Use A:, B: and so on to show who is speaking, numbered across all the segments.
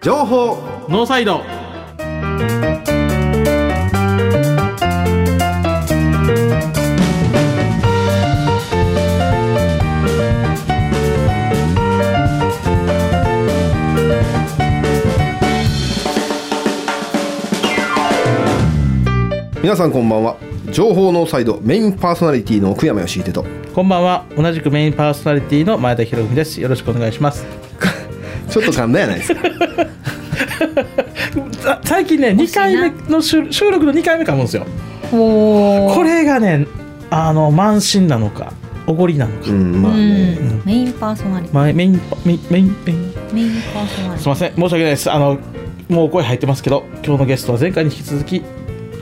A: 情報
B: ノーサイド
A: 皆さんこんばんは情報ノーサイドメインパーソナリティの奥山義秀と
B: こんばんは同じくメインパーソナリティの前田博文ですよろしくお願いします
A: ちょっと噛んだやないです か
B: あ 最近ね2回目の収収録の2回目かもんですよ
C: おー
B: これがねあの満身なのかおごりなのか、
A: うん
C: う
A: まあね、
C: ん、メインパーソナリテ
B: まあ、メインメインメインメイン
C: ィメインパーソナリ
B: すみ
C: ティ
B: ません申し訳ないですあのもう声入ってますけど今日のゲストは前回に引き続き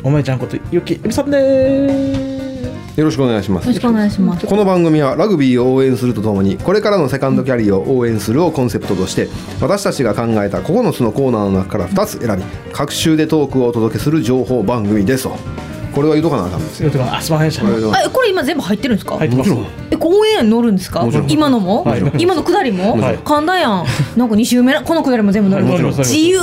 B: おめえちゃんことゆきえみさんでー
A: よろしくお願いしま
C: よろ
A: す
C: しくお願いします
A: この番組はラグビーを応援するとともにこれからのセカンドキャリアを応援するをコンセプトとして私たちが考えた9つのコーナーの中から2つ選び各週でトークをお届けする情報番組ですとこれは言うとかなあかんです
B: すよ
A: よ
B: とかあすみませんでし
A: これは言うとかな
C: あこれ今全部入ってるんですか、
B: た入ってます
A: もち
C: えこうオンエアに乗るんですか
A: もちろん
C: 今のも、
B: はい
C: 今のくだりも、
B: はい
C: 神田やんなんか2週目なこのくだりも全部乗る
B: もちろん
C: 自由や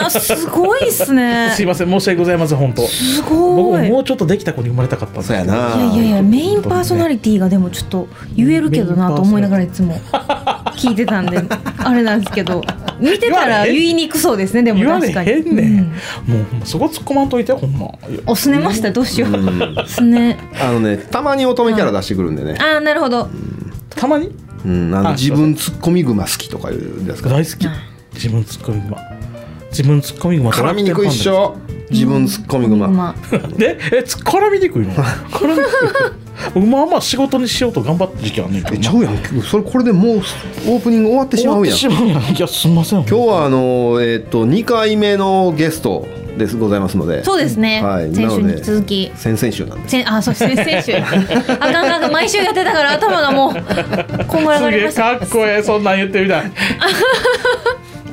C: なすごいっすね
B: すいません申し訳ございません本当
C: す
B: 僕
C: ご
B: も
C: いい
B: もうちょっとできた子に生まれたかったんです
A: そうやない
C: やいやいやメインパーソナリティがでもちょっと言えるけどなと思いながらいつも聞いてたんであれなんですけど見てたら言いにくそうですねでも
B: 言われ
C: 確かに
B: へんね
C: うん
B: ん、もうほんまそこ突っ込まんといてほんまいや
C: おすねましたどうしよう、
A: うん
C: すね
A: あのねたまに乙女キャラ出してくるんでね、
C: ああなるほど
B: たまに
A: うん、あの
B: あ
A: 自分ツッコミグマ好きとか言うんですか
B: 大好き自分ツッコミグマ自分ツッコミグマ
A: 絡みにくいっしょ自分ツッコミグマ、
C: まあ
B: でえつ絡み にくいの絡みにくい僕まあまあ仕事にしようと頑張った時期あんねんけ
A: え
B: ど
A: ちゃうやん結構それこれでもうオープニング終わってしまうやん
B: 終わってしまうやんいやすんません
A: 今日はあのえっ、と2回目のゲストですございますので
C: そうですね、
A: はい
C: 先週
A: なの
C: に
A: で
C: 引き続き
A: 先々週なんです
C: せんあそう先先週あかんあかん毎週やってたから頭がもうこんがら
B: す
C: がり
B: げ
C: ま
B: え
C: し
B: か
C: た
B: っこええそんなん言ってみたい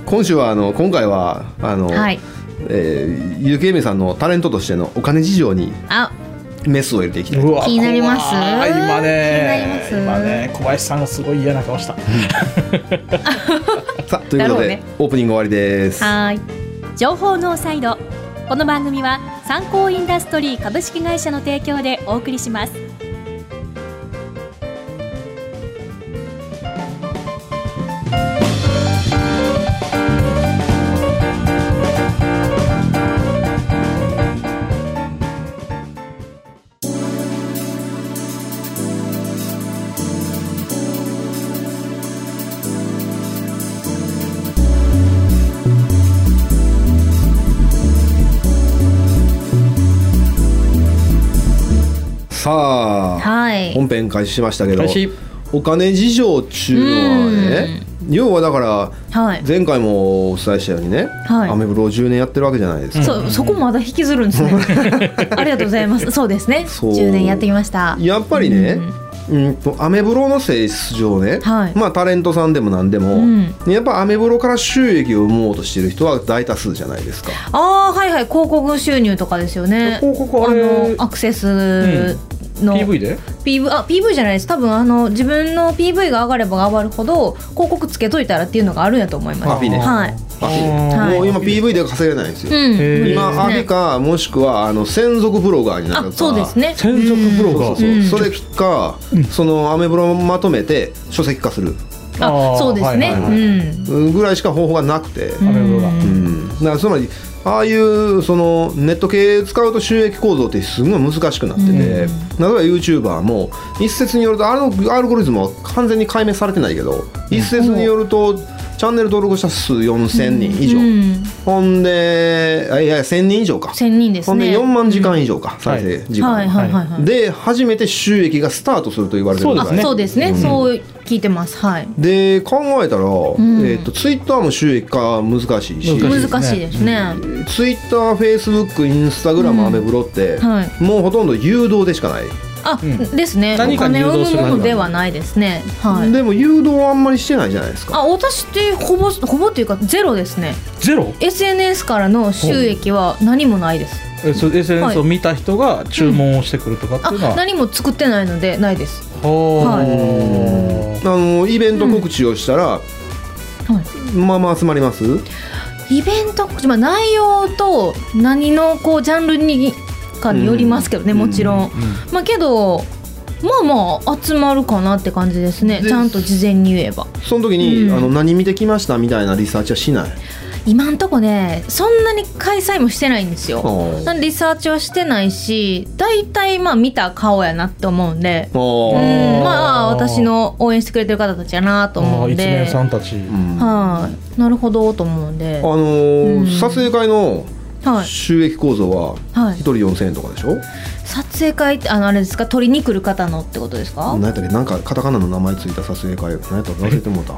A: 今週はあの今回はあの、
C: はい
A: えーゆきえみさんのタレントとしてのお金事情に
C: あ
A: メスを入れていきたいと
B: うわ
C: 気になります
B: 怖い今ね
C: 気にな
B: 今
C: ります
B: ね小林さんがすごい嫌な顔した
A: さあということで、
C: だろうね
A: オープニング終わりです
C: はーい
D: 情報ノーサイドこの番組は参考インダストリー株式会社の提供でお送りします
A: さあ、
C: はい
A: 本編開始しましたけど
B: 開始
A: お金事情っちゅうのはね要はだから
C: はい
A: 前回もお伝えしたようにね、
C: はい
A: アメブロを10年やってるわけじゃないですか、
C: そうそこまだ引きずるんですねありがとうございますそうですね
A: そう
C: 10年やってきました
A: やっぱりね、うんとアメブロの性質上ね、
C: はい
A: まあタレントさんでも何でも、
C: うん
A: やっぱアメブロから収益を生もうとしてる人は大多数じゃないですか。
C: ああはいはい広告収入とかですよね
B: 広告あれ
C: のアクセスの、
B: PV で
C: PV, あ PV じゃないです多分あの自分の PV が上がれば上がるほど広告つけといたらっていうのがあるんやと思います
A: アピね
C: はい、
A: アピ
B: はい
A: もう今 PV では稼げないんですよ。
C: うん
B: へー
A: 今アビかもしくはあの専属ブロガーになる
C: あ
A: か
C: そうですね
B: 専属ブロ
A: そ
B: ガ
A: うそうそう、
B: ー
A: それか、そのアメブロをまとめて書籍化する
C: あそうですね、
B: はいはいはい
C: うん
A: ぐらいしか方法がなくて、
B: アメブロが
A: うん、だからつまりああいうそのネット系使うと収益構造ってすごい難しくなってて、例えば YouTuber も一説によるとあのアルゴリズムは完全に解明されてないけど一説によるとチャンネル登録者数4000人以上、
C: うん
A: ほんであいや1000人以上か、
C: 1000人です
A: ほんで
C: ね
A: 4万時間以上か、再生時間、
C: はいはいはいはい
A: で初めて収益がスタートすると言われてるぐらい
B: ね
C: あそうですね、そう聞いてますはい
A: で考えたら、
C: ん
A: えー、とツイッターも収益化難しいし
B: 難しいですね
C: 難しいですね、
A: ツイッター、フェイスブック、インスタグラム、アメブロって、
C: はい
A: もうほとんど誘導でしかない、
C: あ、
B: ん
C: ですね
B: 何
C: お
B: かに
C: 金
B: 誘
C: を
B: 導す
C: 生
B: る
C: むものではないですねはい
A: でも誘導はあんまりしてないじゃないですか
C: あ私ってほぼほぼというかゼロですね
B: ゼロ
C: SNS からの収益は何もないです
B: えそう SNS を見た人が注文をしてくるとかって
C: あ
B: いうのは、
C: 何も作ってないのでないです
B: は
A: あのイベント告知をしたら、
C: は
A: まあまあ集まります
C: イベント、まあ、内容と何のこうジャンルにかによりますけどね、
A: うん
C: もちろん、まあけどまあまあ集まるかなって感じですね
A: です
C: ちゃんと事前に言えば
A: その時に、
C: うん
A: あの何見てきましたみたいなリサーチはしない
C: 今んとこねそんなに開催もしてないんですよ
A: あ
C: なんでリサーチはしてないし大体まあ見た顔やなって思うんで
A: あ
C: うん
A: ー
C: まあ私の応援してくれてる方たちやなと思
B: あー
C: うん
B: 一
C: で
B: 面さんたち、
A: うんあ
C: はいなるほどと思うんで
A: のー
C: うん
A: 撮影会の
C: はい
A: 収益構造は
C: はい
A: 一人4000円とかでしょ、
C: 撮影会ってあのあれですか撮りに来る方のってことですか
A: 何やったっけなんかカタカナの名前ついた撮影会何やったか忘れても うた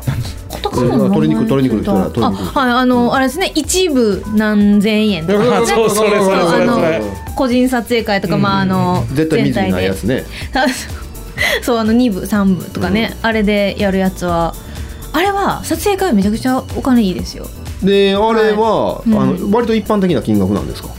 C: ことかも
A: 取りに来る取りに来る人だ取り
C: あ
A: に来る
C: はいあの、あれですね一部何千円とか
B: あそうそれそれ
C: それそれ
B: そ
C: 個人撮影会とか、
B: うん
C: まああの
A: 絶対見ずにないや
C: 全
A: つね
C: 体で そうあの二部三部とかね、あれでやるやつはあれは撮影会めちゃくちゃお金いいですよ
A: であれは、
C: いうん
A: あの割と一般的な金額なんですか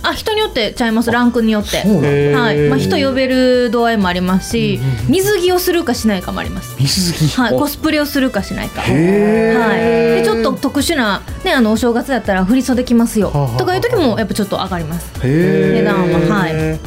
C: あ人によってちゃいますランクによって
A: そうなんだ
B: へー
C: はいまあ、人呼べる度合いもありますし
B: うんうんう
C: 水着をするかしないかもあります
B: 水着
C: はい、
B: お
C: コスプレをするかしないか
A: へー
C: はい、でちょっと特殊な、ね、あのお正月だったら振り袖着ますよ
B: はあはあ
C: とかいう時もやっぱちょっと上がります
A: へえ
C: 値段ははい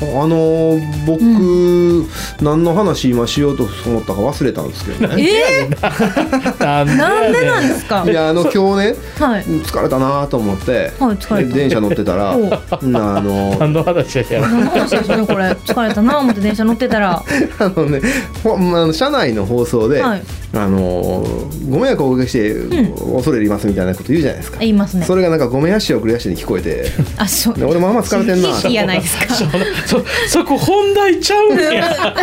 A: あのー僕、何の話今しようと思ったか忘れたんですけ どね
C: え
B: なんで
C: ー、なんでなんですか
A: いやあの今日ね
C: はい
A: 疲れたなと思って、
C: はい疲れた
A: 電車乗ってたら
C: おう
A: なあのー
B: 何の話や
C: 何の話でしょうねこれ疲れたな思って電車乗ってたら
A: あのね、ほんまあの社内の放送で、
C: はい
A: あのーご迷惑をおかけして、恐れ入りますみたいなこと言うじゃないですか。
C: 言いますね
A: それがなんかごめんやし遅れやしに聞こえ て、
C: あそう
A: で俺まあまあ疲れてんな。
C: ひいきやないですか
B: そ そそこ本題ちゃうんや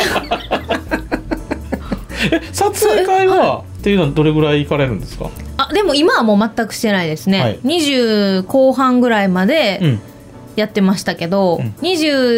B: え撮影会はっていうのはどれぐらい行かれるんですか、
C: あでも今はもう全くしてないですね、
B: はい
C: 20後半ぐらいま
B: う
C: で
B: ん、
C: やってましたけど、
B: うん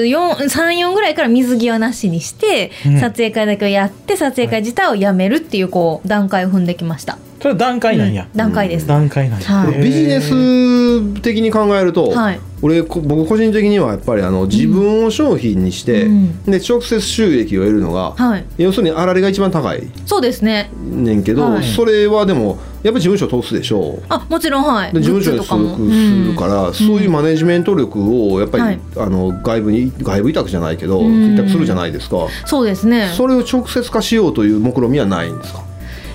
C: 2434ぐらいから水着はなしにして、
B: うん
C: 撮影会だけをやって撮影会自体をやめるっていうこう段階を踏んできました
B: それは段階なんや、
C: 段階です、
B: 段階なんや、
C: はい
A: 俺ビジネス的に考えると、
C: はい
A: 俺こ僕個人的にはやっぱりあの自分を商品にして、
C: うん
A: で直接収益を得るのが、
C: はい
A: 要するにあられが一番高い
C: そうですね
A: ねんけど、
C: はい
A: それはでもやっぱり事務所通すでしょう。
C: あもちろんはい
A: で事務所
C: グ
A: に
C: ッズ
A: 所属するから、そういうマネジメント力をやっぱり、
C: はい
A: あの外部に外部委託じゃないけど、
C: うん
A: 委託するじゃないですか、
C: うんそうですね
A: それを直接化しようという目論みはないんですか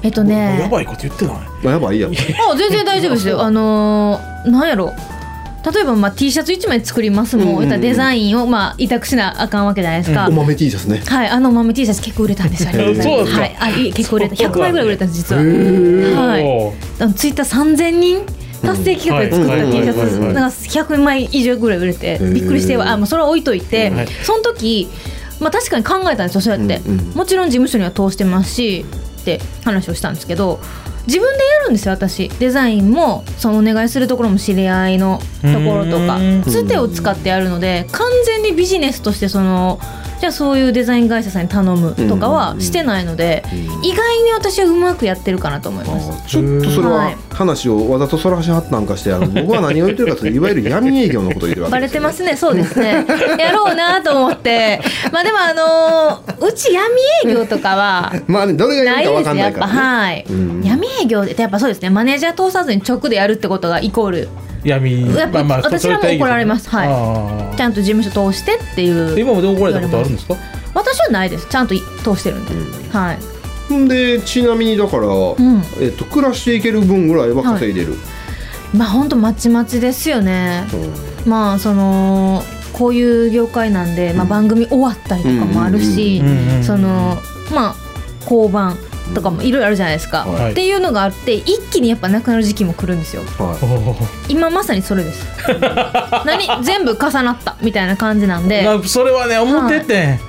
C: えっと
B: もう
C: ね
B: やばいこと言ってない
A: あやばいやん
C: あ全然大丈夫ですよ。あのー、なんやろ例えば、まあ、T シャツ1枚作りますもん、
A: うんうんうん
C: 言ったらデザインを、まあ、委託しなあかんわけじゃないですか。
A: お豆 T シャツね
C: はい、あの豆 T シャツ結構売れたんですよ。ありがとうございま
B: そ
C: す
B: う
C: は
B: なん
C: い
B: で、
C: あ、いい結構売れた、
B: そうなんだ
C: 100枚ぐらい売れたんです実は。はい、
B: おー
C: あのツイッター3000人達成企画で作った
A: うん
C: T シ
A: はい
C: ャ
A: はい
C: ツ、
A: はいはい
C: なんか100枚以上ぐらい売れて、
A: ー
C: びっくりして、あ、もうそれは置いといて、
B: はい
C: その時。まあ、確かに考えたんですよ、そうやって、
A: うんうん
C: もちろん事務所には通してますし、って話をしたんですけど。自分でやるんですよ私デザインもそのお願いするところも知り合いのところとか
B: うん
C: つてを使ってやるので完全にビジネスとしてそのじゃあそういうデザイン会社さんに頼むとかはしてないので、
A: うん
C: 意外に私はうまくやってるかなと思います。
A: ちょっとそれ
C: は
A: はい話をわざとそらしはったんか してあの僕は何を言ってるかというといわゆる闇営業のことを言ってるわ
C: バ
A: けで
C: レ
A: す
C: て
A: よ
C: ますね、そうですね。やろうなと思って、まあでもあのーうち闇営業とかは。
A: まあねどれが
C: ない
A: 闇か分
C: です
A: かん
C: ね、
A: な
C: やっ
A: いか
C: ぱ、
A: ら、ね、
C: はい、
A: うん
C: 闇営業で、やっぱそうですね、マネージャー通さずに直でやるってことがイコール。
B: 闇
C: やっぱ私らも怒られますはい
B: い
C: ちゃんと事務所通してっていう、
B: 今まで怒られたことあるんですか
C: 私はないです、ちゃんとい通してるんで、はい。
A: んでちなみにだから、
C: ん
A: えっと、暮らしていける分ぐらいは稼いでる、
C: まあ、本当まちまちですよね。
A: うん
C: まあ、その、こういう業界なんで、まあ、番組終わったりとかもあるし。
A: うん
B: うんうん
C: そのまあ交番とかもいろいろあるじゃないですか、
A: はい
C: っていうのがあって一気にやっぱなくなる時期も来るんですよ
A: はい
B: おー
C: 今まさにそれです何全部重なったみたいな感じなんで
B: まあそれはね思ってて、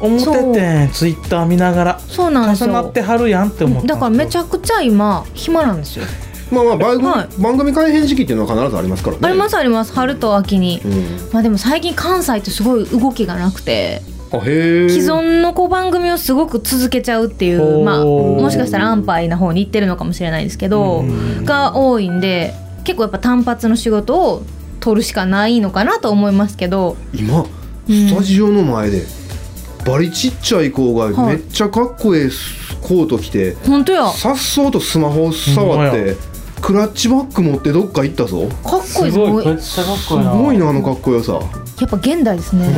B: 思っててツイッター見ながら
C: そうなんです
B: 重なっ
C: よ
B: てはるやんって思った
C: だからめち
B: ゃ
C: ゃくちゃ今暇なんですよ、
A: まあまあ番組,、
C: は
A: 番組改編時期っていうのは必ずありますからね。
C: ありますあります春と秋に、
A: うん
C: まあでも最近関西ってすごい動きがなくて
A: あへえ。
C: 既存のこう番組をすごく続けちゃうっていう、まあ、
B: おー
C: もしかしたら安牌な方に行ってるのかもしれないですけど、
B: うん
C: が多いんで結構やっぱ単発の仕事を取るしかないのかなと思いますけど
A: 今
C: ん
A: スタジオの前で、バリちっちゃい子が
C: は
A: め
C: い
A: っちゃかっこいいコート着て、
C: 本当や
A: さっそうとスマホを触っ
B: ほんま
A: てクラッチバッグ持ってどっか行ったぞ
C: かっこいい
B: すごいめ
C: や
B: っちゃかっ
A: す
B: こいいな
A: ごいなあのかっこよさ
C: っぱ現代です ね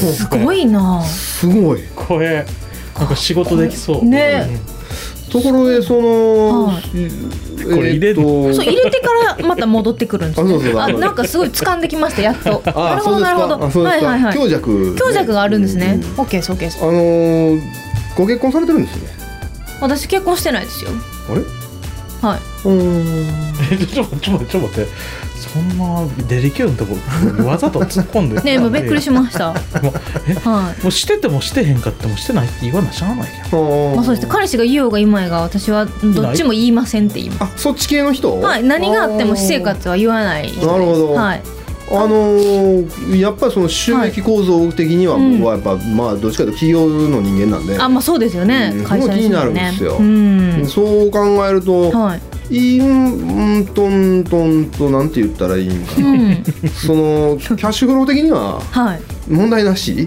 C: すごいな
A: すごい
B: これなんか仕事できそう
C: ね
A: ところでその、
C: はい
A: え
B: これ入れんの
A: ーっ
C: そう入れてからまた戻ってくるんです
A: あ
C: ね
A: そうそうそう
C: あなんかすごい掴んできましたやっと
A: あ
C: なるほどなるほど
A: あそう
C: は
A: です
C: い
A: か
C: はい
A: あ
C: はい
A: そうですか強弱
C: 強弱があるんですね
A: う。
C: オッケーです、オッケーです。
A: あのーご結婚されてるんですよね
C: 私結婚してないですよ。
A: あれ
C: はいう
A: ーん
B: えちょっと待ってちょっと待ってそんなデリケートなところわざと突っ込んで
C: ね、今びっくりしました。
B: もうえ
C: は
B: もうしててもしてへんかってもしてないって言わなしゃあないやん
A: あ
C: い。まあ、そうです。彼氏が言おうが言わないが、私はどっちも言いませんって言います。
A: あそっち系の人
C: はい、何があっても私生活は言わない。
A: なるほど
C: はい。
A: あのーやっぱりその収益構造的には
C: はい
A: 僕はやっぱ、まあどっちかというと企業の人間なんで、
C: あ、まあ、そうですよね
A: うん。
C: 会社ですよね。
A: すごい気
C: う
A: に
C: ん。
A: そう考えると、
C: はい。
A: い、いんとんとんとなんて言ったらいいんか
C: うん。
A: なそのキャッシュフロー的には
C: はい。
A: 問題なし
C: い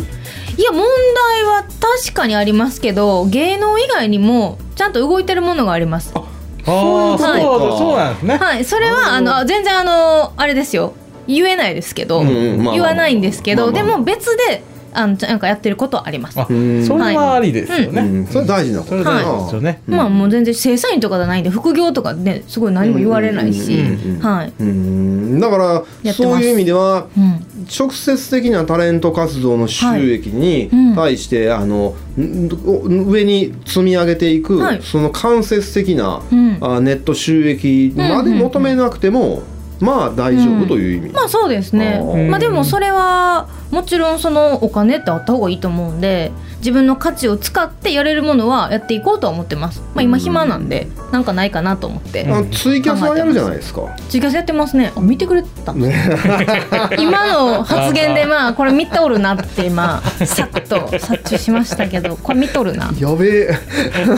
C: や問題は確かにありますけど芸能以外にもちゃんと動いてるものがあります
B: ああ
C: そういう
A: こと
B: そ
A: か
B: うそうなんですね
C: はいそれはあのあ全然あのあれですよ言えないですけど、
A: うんうんまあまあ
C: 言わないんですけど、
A: まあまあ
C: でも別であのちゃなんかやってることはあります
B: あそ
A: うん
B: れはありですよね、
A: うんうんそれは大事なこと
B: それは大事ですよね、
A: うん
C: まあもう全然正社員とかじゃないんで副業とかねすごい何も言われないし、
A: うんうんうん
C: はい、
A: うんだから
C: やってます
A: そういう意味では
C: うん、
A: 直接的なタレント活動の収益に
C: はいうん
A: 対して、あのんお上に積み上げていく、
C: はい
A: その間接的な、
C: うん
A: あネット収益まで求めなくても、まあ大丈夫という意味、
C: まあそうですね
A: あー
C: まあでもそれはもちろんそのお金ってあった方がいいと思うんで自分の価値を使ってやれるものはやっていこうとは思ってますまあ今暇なんでなんかないかなと思って、
A: あのツイキャスはやるじゃないですか、
C: ツイキャスやってますねあ見てくれてた
A: ね
C: 今の発言 でまあこれ見とるなって今さっと察知しましたけどこれ見とるな
A: やべえ
B: まあまあい
C: こ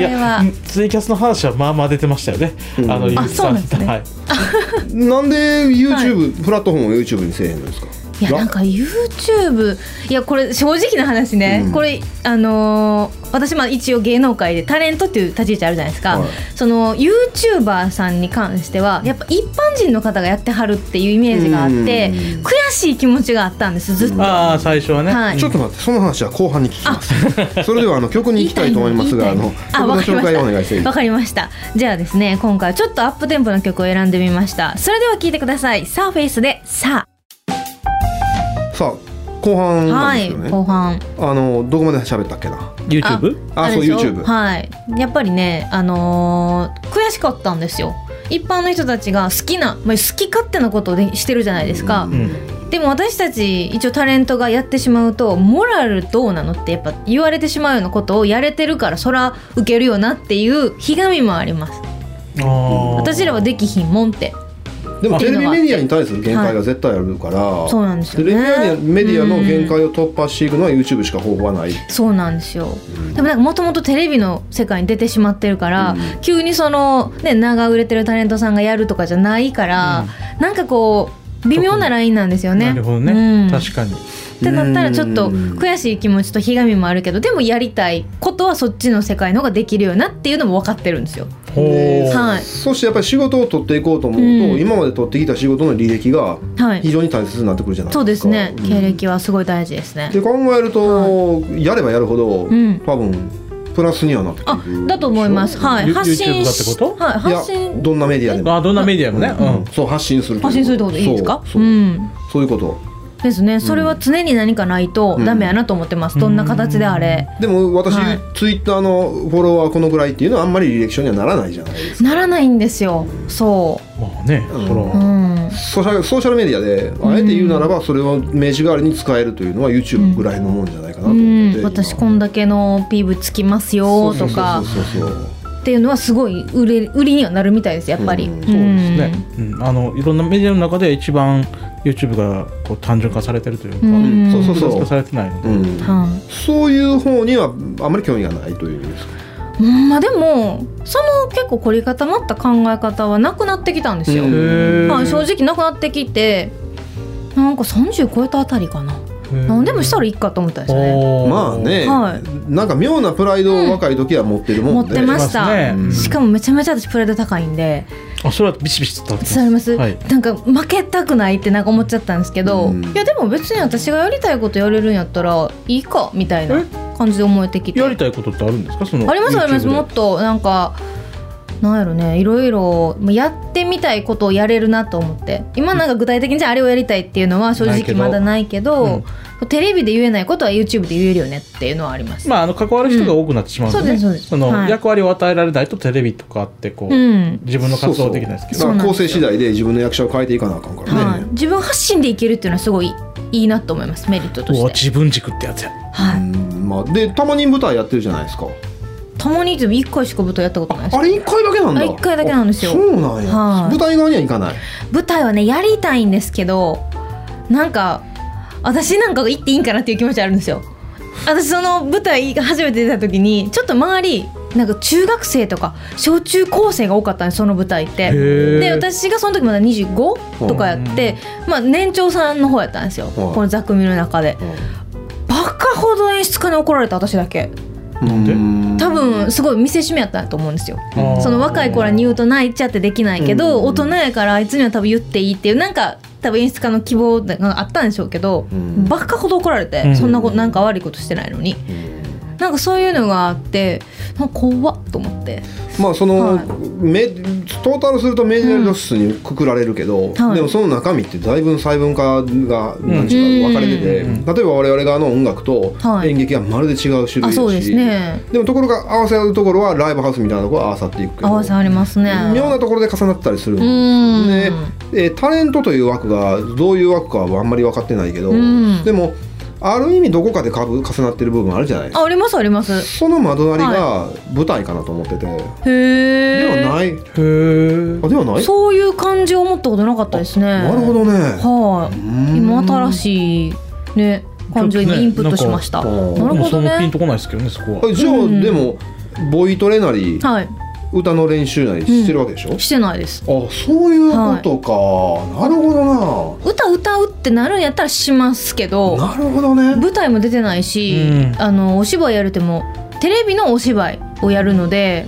C: れは
B: やツイキャスの話はまあまあ出てましたよね、
A: うん
B: あのゆうき
C: あそ
B: さ
C: うんなんですね
B: はい、
A: なんで YouTube、プラットフォームを YouTube にせえへんのですか
C: いや
A: ら
C: なんか YouTube いやこれ正直な話ね、
A: うん
C: これあのー私まあ一応芸能界でタレントっていう立ち位置あるじゃないですか、
A: はい
C: その YouTuber さんに関してはやっぱ一般人の方がやってはるっていうイメージがあって
A: うん
C: 悔しい気持ちがあったんですずっと。
B: ああ最初はね、
C: はい
A: ちょっと待ってその話は後半に聞き ますそれではあの曲に行きたいと思いますがあ
C: 言
A: の
C: いたい
A: 曲
C: の
A: の
C: 言いたいの
A: 紹介をお願いしていい
C: わかりましたじゃあですね今回はちょっとアップテンポの曲を選んでみましたそれでは聴いてくださいサーフェイスでさ
A: さあ後半な
C: あ、
A: ん
C: は
A: です
C: い
A: けどね、
C: 後半
A: あのどこまで喋ったっけな
B: YouTube?
A: あ
C: れでしょ
A: そう YouTube
C: はいやっぱりねあのー悔しかったんですよ一般の人たちが好きな、まあ、好き勝手なことをでしてるじゃないですか、
B: うん
C: でも私たち一応タレントがやってしまうとモラルどうなのってやっぱ言われてしまうようなことをやれてるからそら受けるよなっていうひがみもあります
B: あー
C: 私らはできひんもんって
A: でも
C: って
A: テ
C: い
A: レ
C: うの
A: ビ
C: が
A: メディアに対する限界が絶対あるから、
C: そうなんです
A: テ
C: よ
A: レ
C: ね
A: ビメディアメディアの限界を突破していくのは YouTube しか方法はない、
C: そうなんですよでもなんかもともとテレビの世界に出てしまってるから、
A: うん
C: 急にその、ね、名が売れてるタレントさんがやるとかじゃないから、なんかこう微妙なラインなんですよね。
B: なるほどね、
C: うん、
B: 確かに
C: ってなったらちょっと
A: うん
C: 悔しい気持ちとひがみもあるけどでもやりたいことはそっちの世界の方ができるよなっていうのも分かってるんですよ。
B: ほー
A: で
C: はい
A: そしてやっぱり仕事を取っていこうと思うと、
C: うん
A: 今まで取ってきた仕事の履歴が
C: はい
A: 非、常に大切になってくるじゃないですか。
C: そうですね、
A: ん
C: 経歴はすごい大事ですね
A: っ。て考えると、やればやるほど、
C: ん
A: 多分プラスにはなってく
C: あ
A: る
C: だと思います。はい、
B: ゆ
C: 発信
B: YouTube だって
C: し
B: こと
C: は
A: い
C: い、
A: や
C: 発信
A: どんなメディアでも、
B: あどんなメディアもね、うん
A: そう発信する
C: 発信するってことでいいですか
A: そうそう,、
C: ん
A: そういうこと
C: ですねそれは常に何かないとダメやなと思ってま
B: う
C: す、
B: ん
C: どんな形であれ、
A: でも私、
C: はい
A: ツイッターのフォロワーこのぐらいっていうのはあんまり履歴書にはならないじゃないですか
C: ならないんですよそ
B: まあね、
A: うん
B: ほら、
C: う、うん、
A: ソーシャルソーシャルメディアであえて言うならばそれを名刺代わりに使えるというのは YouTube ぐらいのもんじゃないかなと
C: う
A: 思って、
C: ん、私こんだけの PV つきますよとか
A: そうそうそうそう
C: っていうのはすごい売れ売りにはなるみたいですやっぱり、
A: うん
B: そうですね、うん、あのいろんなメディアの中で一番 YouTube がこう単純化されてるというか、
C: うん
A: うんそうそう
B: 複雑
A: そ
B: 化
A: う、
B: されてないので、
A: うん、
C: は
A: そういう方にはあまり興味がないという意味ですか
C: いうんまあでもその結構凝り固まった考え方はなくなってきたんですよ、
A: うん
B: へー
C: はい、正直なくなってきてなんか30超えたあたりかな何でもしたらいいかと思ったんですよね
B: おー
A: まあね、
C: は
A: なんか妙なプライドを若い時は持ってるも
C: 持
A: ん
C: っ
A: で、
C: てました、
B: ね
A: うん
C: しかもめちゃめちゃ私プライド高いんで
B: あそれはビシビシと立って
C: 伝わります、
B: はい
C: なんか負けたくないってなんか思っちゃったんですけど、
A: うん
C: いやでも別に私がやりたいことやれるんやったらいいかみたいな感じで思えてきて
B: やりたいことってあるんですかその
C: ありますあります
B: YouTube で
C: もっとなんかなんやろねいろいろまあやってみたいことをやれるなと思って今なんか具体的にじゃああれをやりたいっていうのは正
B: ないけ
C: 直
B: ど
C: まだないけどテレビで言えないことは YouTube で言えるよねっていうのはあります、
B: まああの関わる人が多くなってしまうんで、ね
C: うんそうですそうです
B: の、
C: はい
B: 役割を与えられないとテレビとかってこう、
C: うん
B: 自分の活動できないですけど
A: そうそうだから構成
B: そう
A: 次第で自分の役者を変えていかなあかんからね、
C: はい、自分発信でいけるっていうのはすごいいいなと思いますメリットと
B: お
C: して
B: 自分軸ってやつや
C: は
A: う
C: い
A: んまあ、でたまに舞台やってるじゃないですか
C: たまにでも1回しか舞台やったことないです
A: あれ一回だけなんだ
C: あ一回だけなんですよ
A: あそうなんや、
C: はい
A: 舞台側には行かない
C: 舞台はねやりたいんですけどなんか私なんかが行っていいんかなっていう気持ちあるんですよ私その舞台が初めて出た時にちょっと周りなんか中学生とか小中高生が多かったんですその舞台って
B: ー
C: で私がその時まだ25とかやって、まあ、年長さんの方やったんですよ、
A: うん
C: この座組の中でバカほど演出家に怒られた私だけ
A: うん
B: で
A: うん
C: 多分すごい見せしめやったと思うんですよ
B: あー
C: その若い子らに言うと泣いちゃってできないけど、
A: うん
C: 大人やからあいつには多分言っていいっていうなんか多分演出家の希望があったんでしょうけど、
A: うん
C: バカほど怒られて、
B: うん
C: そんなことなんか悪いことしてないのになんかそういうのがあってなんか怖っと思って
A: まあその、
C: はい
A: めトータルするとメディアル露出にくくられるけど、
C: はい
A: でもその中身ってだいぶ細分化が何ちゅうか分かれてて、
B: うん
A: 例えば我々側の音楽と
C: はい
A: 演劇はまるで違う種類だし、
C: あそうですね
A: でもところが合わせ合うところはライブハウスみたいなところは合わさっていくけど
C: 合わせありますね
A: 妙なところで重なったりする
C: うーん
A: ねえータレントという枠がどういう枠かはあんまり分かってないけど、
C: うん
A: でもある意味どこかでかぶ重なってる部分あるじゃないですか
C: あありますあります
A: その窓なりが舞台かなと思ってて、
C: へ
A: では
C: え
A: ない
B: へえ
A: あではない
C: そういう感じを持ったことなかったですね
A: なるほどね
C: はい、
A: うん
C: 今新しいね感情にインプットしました、
A: ちょっとね
C: なるほど
B: そんなピン
C: ね
B: とこないですけどねそこは
A: あじゃあ、
C: うん
A: でもボイトレなり
C: はい
A: 歌の練習なりしてるわけでしょ、
C: してないです
A: あそういうことか、なるほ
C: 歌歌うってなるんやったらしますけ
A: ど
C: ど
A: ななるほどね
C: 舞台も出てないし、
B: うん
C: あのお芝居やるてもテレビのお芝居をやるので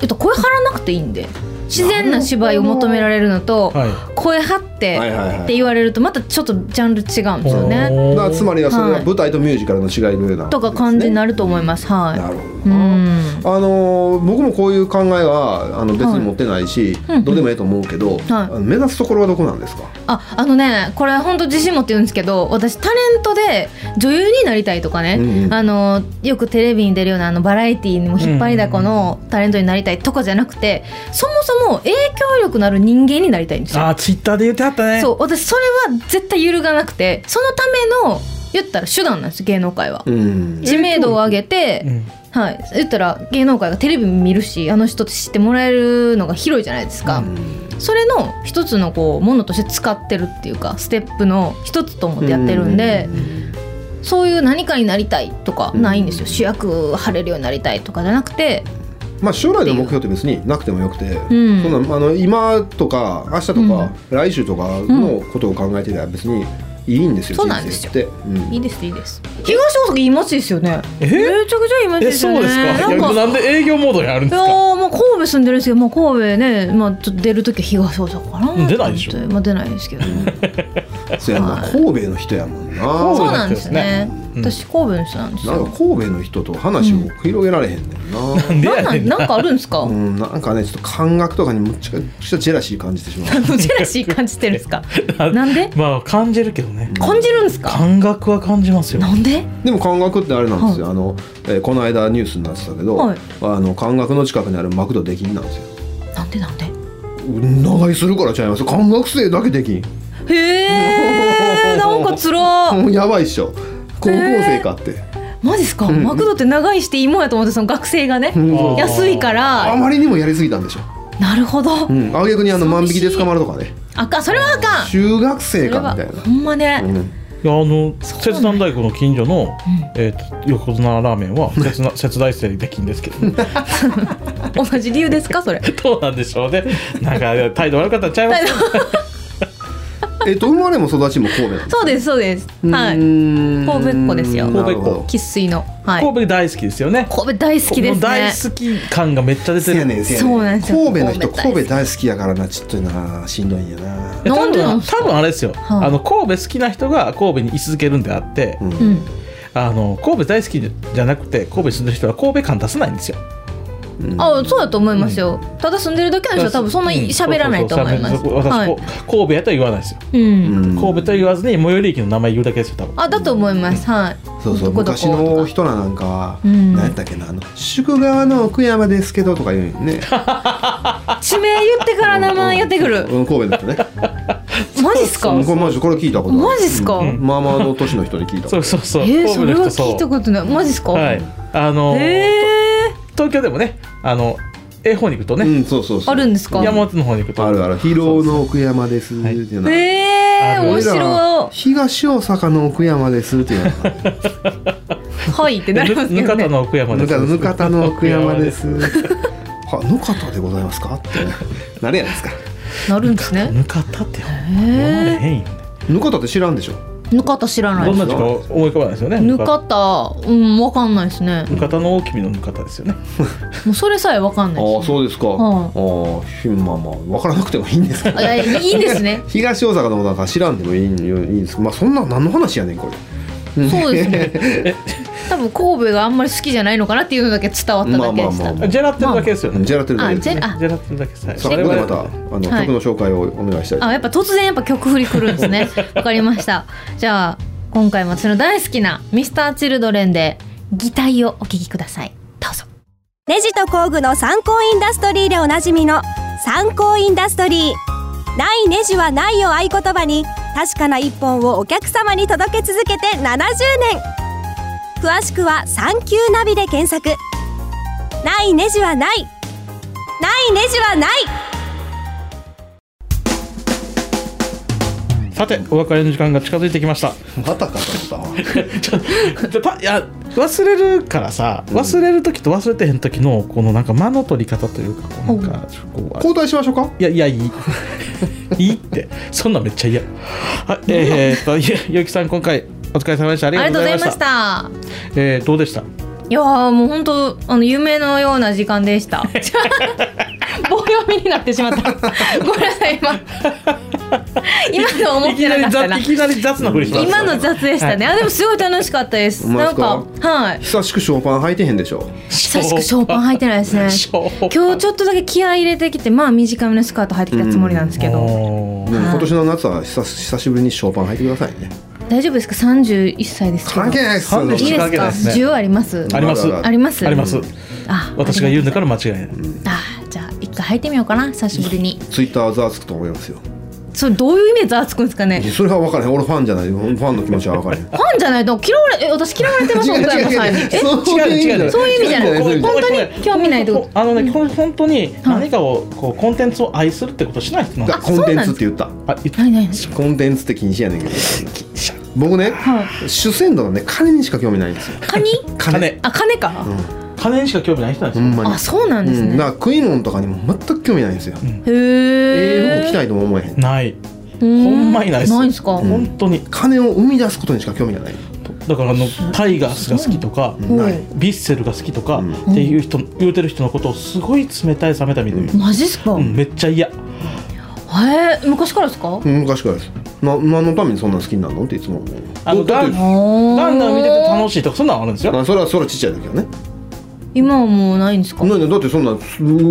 C: ちょっと声張らなくていいんで自然な芝居を求められるのと
B: はい
C: 声張って
A: はいはいはい
C: って言われるとまたちょっとジャンル違うんですよね
A: だからつまりはそれは
C: はい
A: 舞台とミュージカルの違いのような、
C: とか感じになると思
A: す
C: い
A: ね
C: ます、はい
A: なるほ
C: う
A: どな、
C: ん
A: あのー僕もこういう考えはあの別に持ってないし、
C: はいうん
A: どうでもいいと思うけど、あの目指すところはどこなんですか、
C: ああのねこれ本当自信持って言うんですけど私タレントで女優になりたいとかね、
A: うんうん
C: あのよくテレビに出るようなあのバラエティーにも引っ張りだこのタレントになりたいとかじゃなくてそもそも影響力のある人間になりたいんですよ。
B: あツイッター Twitter で言ってはったね
C: そう私それは絶対揺るがなくてそのための言ったら手段なんです芸能界は。
A: うん
C: 知名度を上げて、
B: ん
C: はい、言ったら芸能界がテレビ見るしあの人って知ってもらえるのが広いじゃないですか、それの一つのこうものとして使ってるっていうかステップの一つと思ってやってるんで、そういう何かになりたいとかないんですよ、主役張れるようになりたいとかじゃなくて
A: まあ、将来の目標って別になくてもよくて、
C: ん
A: そんなあの今とか明日とか、
C: うん
A: 来週とかのことを考えてたら別にいいんですよ、
C: そうなんですよ
A: 人生って、うん
C: いいですいいです東大阪いい街ですよね
B: え
C: めちゃくちゃいい街
B: え
C: ですよ
B: そ
C: ね
B: うですか
C: ないん
B: や
C: か
B: なんで営業モードにあるん
C: い
B: で
C: や
B: すか
C: ーまあ神戸住んでるんですけど、まあ、神戸ね、まあ、ちょっと出る時は東大阪かなと思って
B: 出ないでしょ
C: まあ、出ないですけど
A: そうやんな
C: はい
A: 神戸の人やもんな
C: そ
B: 神戸の
C: う
B: 人
C: なんですよね
B: うん
C: 私神戸の人なんです
A: なん
C: よ
A: か神戸の人と話を広げられへんねんな、
B: なんで
C: なん
B: や
C: な
B: ね
C: ん
B: ん
C: なんかあるんですか、
A: うん、なんかねちょっと感覚とかにむっちゃくちゃジェラシー感じてし まう
C: あのジェラシー感じてるんで すかなんで
B: まあ感じるけどね
C: 感じるんですか
B: 感覚は感じますよ
C: なんで
A: でも漢学ってあれなんですよ、あの、えーこの間ニュースになってたけど、
C: はい
A: あの漢学の近くにあるマクドできんなんですよ
C: なんでなんで
A: 長居するからちゃいます漢学生だけできん
C: へえなんかつら
A: もうやばいっしょ高校生かって、
C: マジっすか、
A: ん
C: マクドって長いしていいもんやと思ってその学生がね、
A: うん
B: あー
C: 安いか
A: あ
C: ら
A: まりにもやりすぎたんでしょ、
C: なるほど、
A: うん、あ逆にあの万引きで捕まるとかね
C: あかんそれはあかんそ
A: 中学生
C: れ
A: か
C: は
A: みたいな
C: ほんまね、
A: うん
B: いやあの切断大工の近所の、えーと横綱ラーメン は切な切大生できんですけど、ね、
C: 同じ理由ですかそれ
B: どうなんでしょうねなんか態度悪かったんちゃいます
A: えっと生まれも育ちも神戸なんです
C: そうですそうですは
A: う
C: い
A: ーん
C: 神戸っ子ですよ
A: なるほど
C: 生粋のはい
B: 神戸大好きですよね
C: 神戸大好きです
B: もう大
C: ね
B: 好き感がめっちゃ出て
A: せや
B: る
A: ねんせやね
C: そうなんですよ
A: 神戸の人
C: 神戸大好
A: 神
C: き
A: 戸大好きやからなちょっとなしんどいんやな
B: え多分
C: なんでなんですか
B: 多分あれですよ、
C: はい
B: あの神戸好きな人が神戸に居続けるんであって、
A: うん
C: うん
B: あの神戸大好きじゃなくて神戸に住んでる人は神戸感出さないんですよ
A: うん
C: あそうだと思いますよ、ただ住んでるだけの人は多分そんなに喋らないと思います、
B: そうそうそう
C: は
B: 私、
C: い
B: こ神戸やとは言わないですよ、
C: うん、
A: うん
B: 神戸とは言わずに最寄り駅の名前言うだけですよ多分
C: あだと思いますはい
A: そうそう
C: どこどこと
A: 昔
C: か
A: の人らなんかは、
C: うん
A: 何やったっけなあの宿川の奥山ですけどとか言うんよね
C: 地名言ってから名前言ってくる
A: うん神戸の人ね
C: マジっすか
A: うんこれマジこれ聞いたことある
C: マジっすか
A: うんまあまあの年の人に聞いた
B: そ
A: こ
B: うそうそう、
C: えー、
B: 神戸
C: それ
B: の
C: は
B: 人そう
C: 聞いたことないマジっすか、
B: はいあのー
C: えー、
B: 東京でもねあの A 方に行くと
A: と
B: ね、
A: うんそうそうそう
C: あるんですか
B: 山本の方に行くと
A: あるある広尾の奥山ですっていうの
C: えー、
B: ある
C: 面
A: 俺ら
C: 白
A: 東大阪の奥山ですっていうのかな
C: いはいってなりますけ
B: ぬ
C: ど
B: か
C: ね
B: たの奥山で
A: ぬ
B: す
A: かぬかたの奥山です あぬかたでございますかってなるやないですか
C: なるんですね
B: ぬかたって読まれ
C: え
B: へんよね
A: ぬかたって知らんでしょ
C: ー、ぬかた知らない
B: どん
C: です
B: な字か思い浮かばないですよね
C: ぬかたうんわかんないですね
B: ぬかたの大きみのぬかたですよね
C: もうそれさえわかんない
A: あ
C: で
A: あ
C: す、ね、
A: そうですか、
C: はい
A: ああひまあまあ分からなくてもいいんですけど
C: あいやいいんですね
A: 東大阪のなんか知らんでもいいんよいいんですまあそんな何の話やねんこれ
C: そうですね多分神戸があんまり好きじゃないのかなっていうのだけ伝わっただけでした、
A: まあまあま
B: ジェラってるだけですよね、
A: じゃらってるだけ
C: あ
A: です
C: ジェ
A: ね
C: ラ
B: ジェラってるだけですはい
A: さあここでまたあの、
C: はい
A: 曲の紹介をお願いしたいと
C: ああやっぱ突然やっぱ曲振りくるんですね わかりましたじゃあ今回も私の大好きな Mr.Children で「擬態」をお聴きくださいどうぞ
E: ネジと工具の参考インダストリーでおなじみの参考インダストリーないネジはないを合言葉に確かな一本をお客様に届け続けて70年詳しくは「サンキューナビ」で検索ないネジはないないネジはない
B: さてお別れの時間が近づいてきました
A: またかと思ったわ
B: ちょちょたいや忘れるからさ忘れる時と忘れてへん時のこのなんか間の取り方というかこうなんかこう
A: 交代しましょうか
B: いやいやい いいいってそんなんめっちゃ嫌はいえー、っとゆゆうきさん今回お疲れ様でしたあ
C: あ
B: り
C: り
B: が
C: が
B: と
C: と
B: う
C: う
B: ござい
C: ござい
B: まし
C: ま
B: た
C: した
B: えー、どうでした
C: いやーもう本当あの夢のような時間でした 棒読みになってしまったごめんなさい今 今のは思っ
B: いき
C: て
B: な
C: な
B: り
C: かったな
B: 雑いきなり雑なふりしました
C: 今の雑でしたねあでもすごい楽しかったです
A: ほんまで
C: な
A: す
C: ん
A: か
C: かはい
A: 久しくショーパン履いてへんでしょ
C: 久しくショーパン履いてないですね
B: ショー
C: 今日ちょっとだけ気合い入れてきてまあ短めのスカート履いてきたつもりなんですけど、
B: お
A: で
B: ー
A: も今年の夏は久し久しぶりにショーパン履いてくださいね
C: 大丈夫ですか三十一歳ですけど
A: 関係ないっすよ
B: 関係
C: いい
B: 関係ない
C: で
B: ですすね
C: か十あります
B: あります
A: まだ
C: あります
B: あります
C: あ
B: 私が言うんだからら間違いない
C: あじゃあ一回履いてみようかな久しぶりに
A: ツイッターはざわつくと思いますよ
C: それどういうイメージざわつくんですか
A: い
C: ね
A: やそれは分からへん俺ファンじゃないファンの気持ちは分からへん
C: ファンじゃないと嫌われえ私嫌われてます岡山さんにえ
A: そういう意味じゃな
B: 違う違う
A: い
C: そういう意味じゃない
A: そうう意味
C: 本当に興味ないってこと
B: あのね、これ本当に何かをこうコンテンツを愛するってことしない人なんで
A: だ
B: す
A: コンテンツって言った
B: あ言っ
C: ないないない
A: コンテンツって禁止やねんけど
B: しゃ
A: 僕ね
C: は
A: 主戦度のね金にしか興味ないんですよ
C: カニ
B: 金
C: あ金か、
B: 金にしか興味ない人なん
A: ほ
B: ですよ
A: んまに
C: あそうなんです
A: うん、
C: ね
A: だ、から食い物とかにも全く興味ないんですよ
C: へ
A: 英語
C: え
A: を着たいとも思えへん
B: ないほ
C: ほ
B: んまにないっす
C: ないんすか、
A: ん
B: 本当に
A: 金を生み出すことにしか興味がない
B: だからあのタイガースが好きとか
A: うんない
B: ヴィッセルが好きとか
A: うん
B: っていう人言うてる人のことをすごい冷たい冷めた目で見る
C: マジっすか、
B: うんめっちゃ嫌
C: へえ昔からですか、あ
A: うん昔からですな何のためにそんな好きになるのっていつも思う
B: あの
A: だ
B: ガ
A: って
B: ン
C: ー
B: ガンダム見てて楽しいとかそんなのあるんですよ
A: まあそれはそれはちっちゃい時はね
C: 今はもうないんですか
A: なんでだってそんな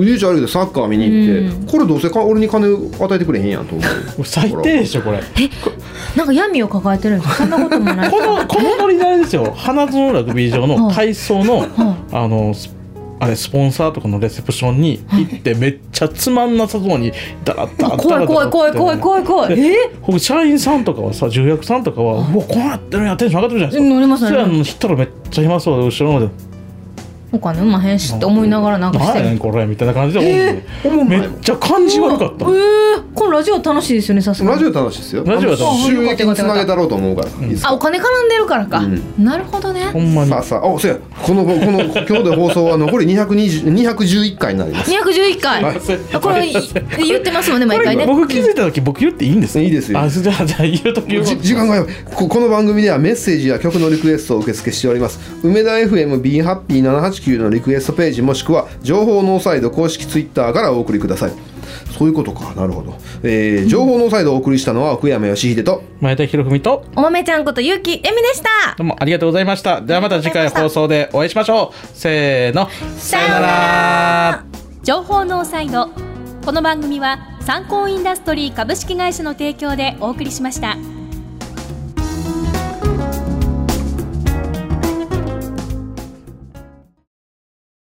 A: 家じゃあるけどサッカー見に行って、
C: うん
A: これどうせか俺に金与えてくれへんやんと思う
B: 最低でしょこれ
C: なんか闇を抱えてるんですかそんなこともない
B: このこのノリなんですよ花園ラグビー場の体操のあのスあれスポンサーとかのレセプションに行ってめっちゃつまんなさそうにだらだら
C: 怖い怖い怖い怖い怖い怖い
B: で
C: え
B: ほん社員さんとかはさ重役さんとかはうわこうなってるんやテンション上がってるじゃ
C: う
B: ないですか
C: ん乗ります乗
B: そ
C: り
B: れ
C: ま
B: あ
C: す
B: の人らめっちゃ暇そうで後ろまで
C: お金うまへんしって思いながらなんかし
B: 何
C: て
B: や
C: る
B: ねん
C: え
B: これみたいな感じで思う
A: え
B: めっちゃ感じ悪かった
C: えー、このラジオ楽しいですよねさすが
A: ラ
C: に
A: ジオ楽しいですよ
B: ラジオは楽し
C: い
A: 収益につなげたろうと思うから、いいです
C: あお
A: か
C: 金絡んでるからか、
A: うん
C: なるほどね
B: ほんまに
A: さあさああそうやこのこの今日で放送は残り220 211回になります。
C: 211回、
A: はい
C: あこれい言ってますもんね毎回ね
B: 僕気づいた時僕言っていいんです
A: いいですよ
B: あじゃあじゃあ言うとき
A: じ時間がよここの番組ではメッセージや曲のリクエストを受け付けしております梅田 FMB ハッピー789のリクエストページもしくは情報ノーサイド公式ツイッターからお送りくださいそういうことかなるほど、えー情報ノーサイドをお送りしたのは奥山義秀と
B: 前田博文と
C: お豆ちゃんことゆうきえみでした
B: どうもありがとうございましたではまた次回放送でお会いしましょうせーの
C: さようなら
D: 情報ノーサイドこの番組は参考インダストリー株式会社の提供でお送りしました。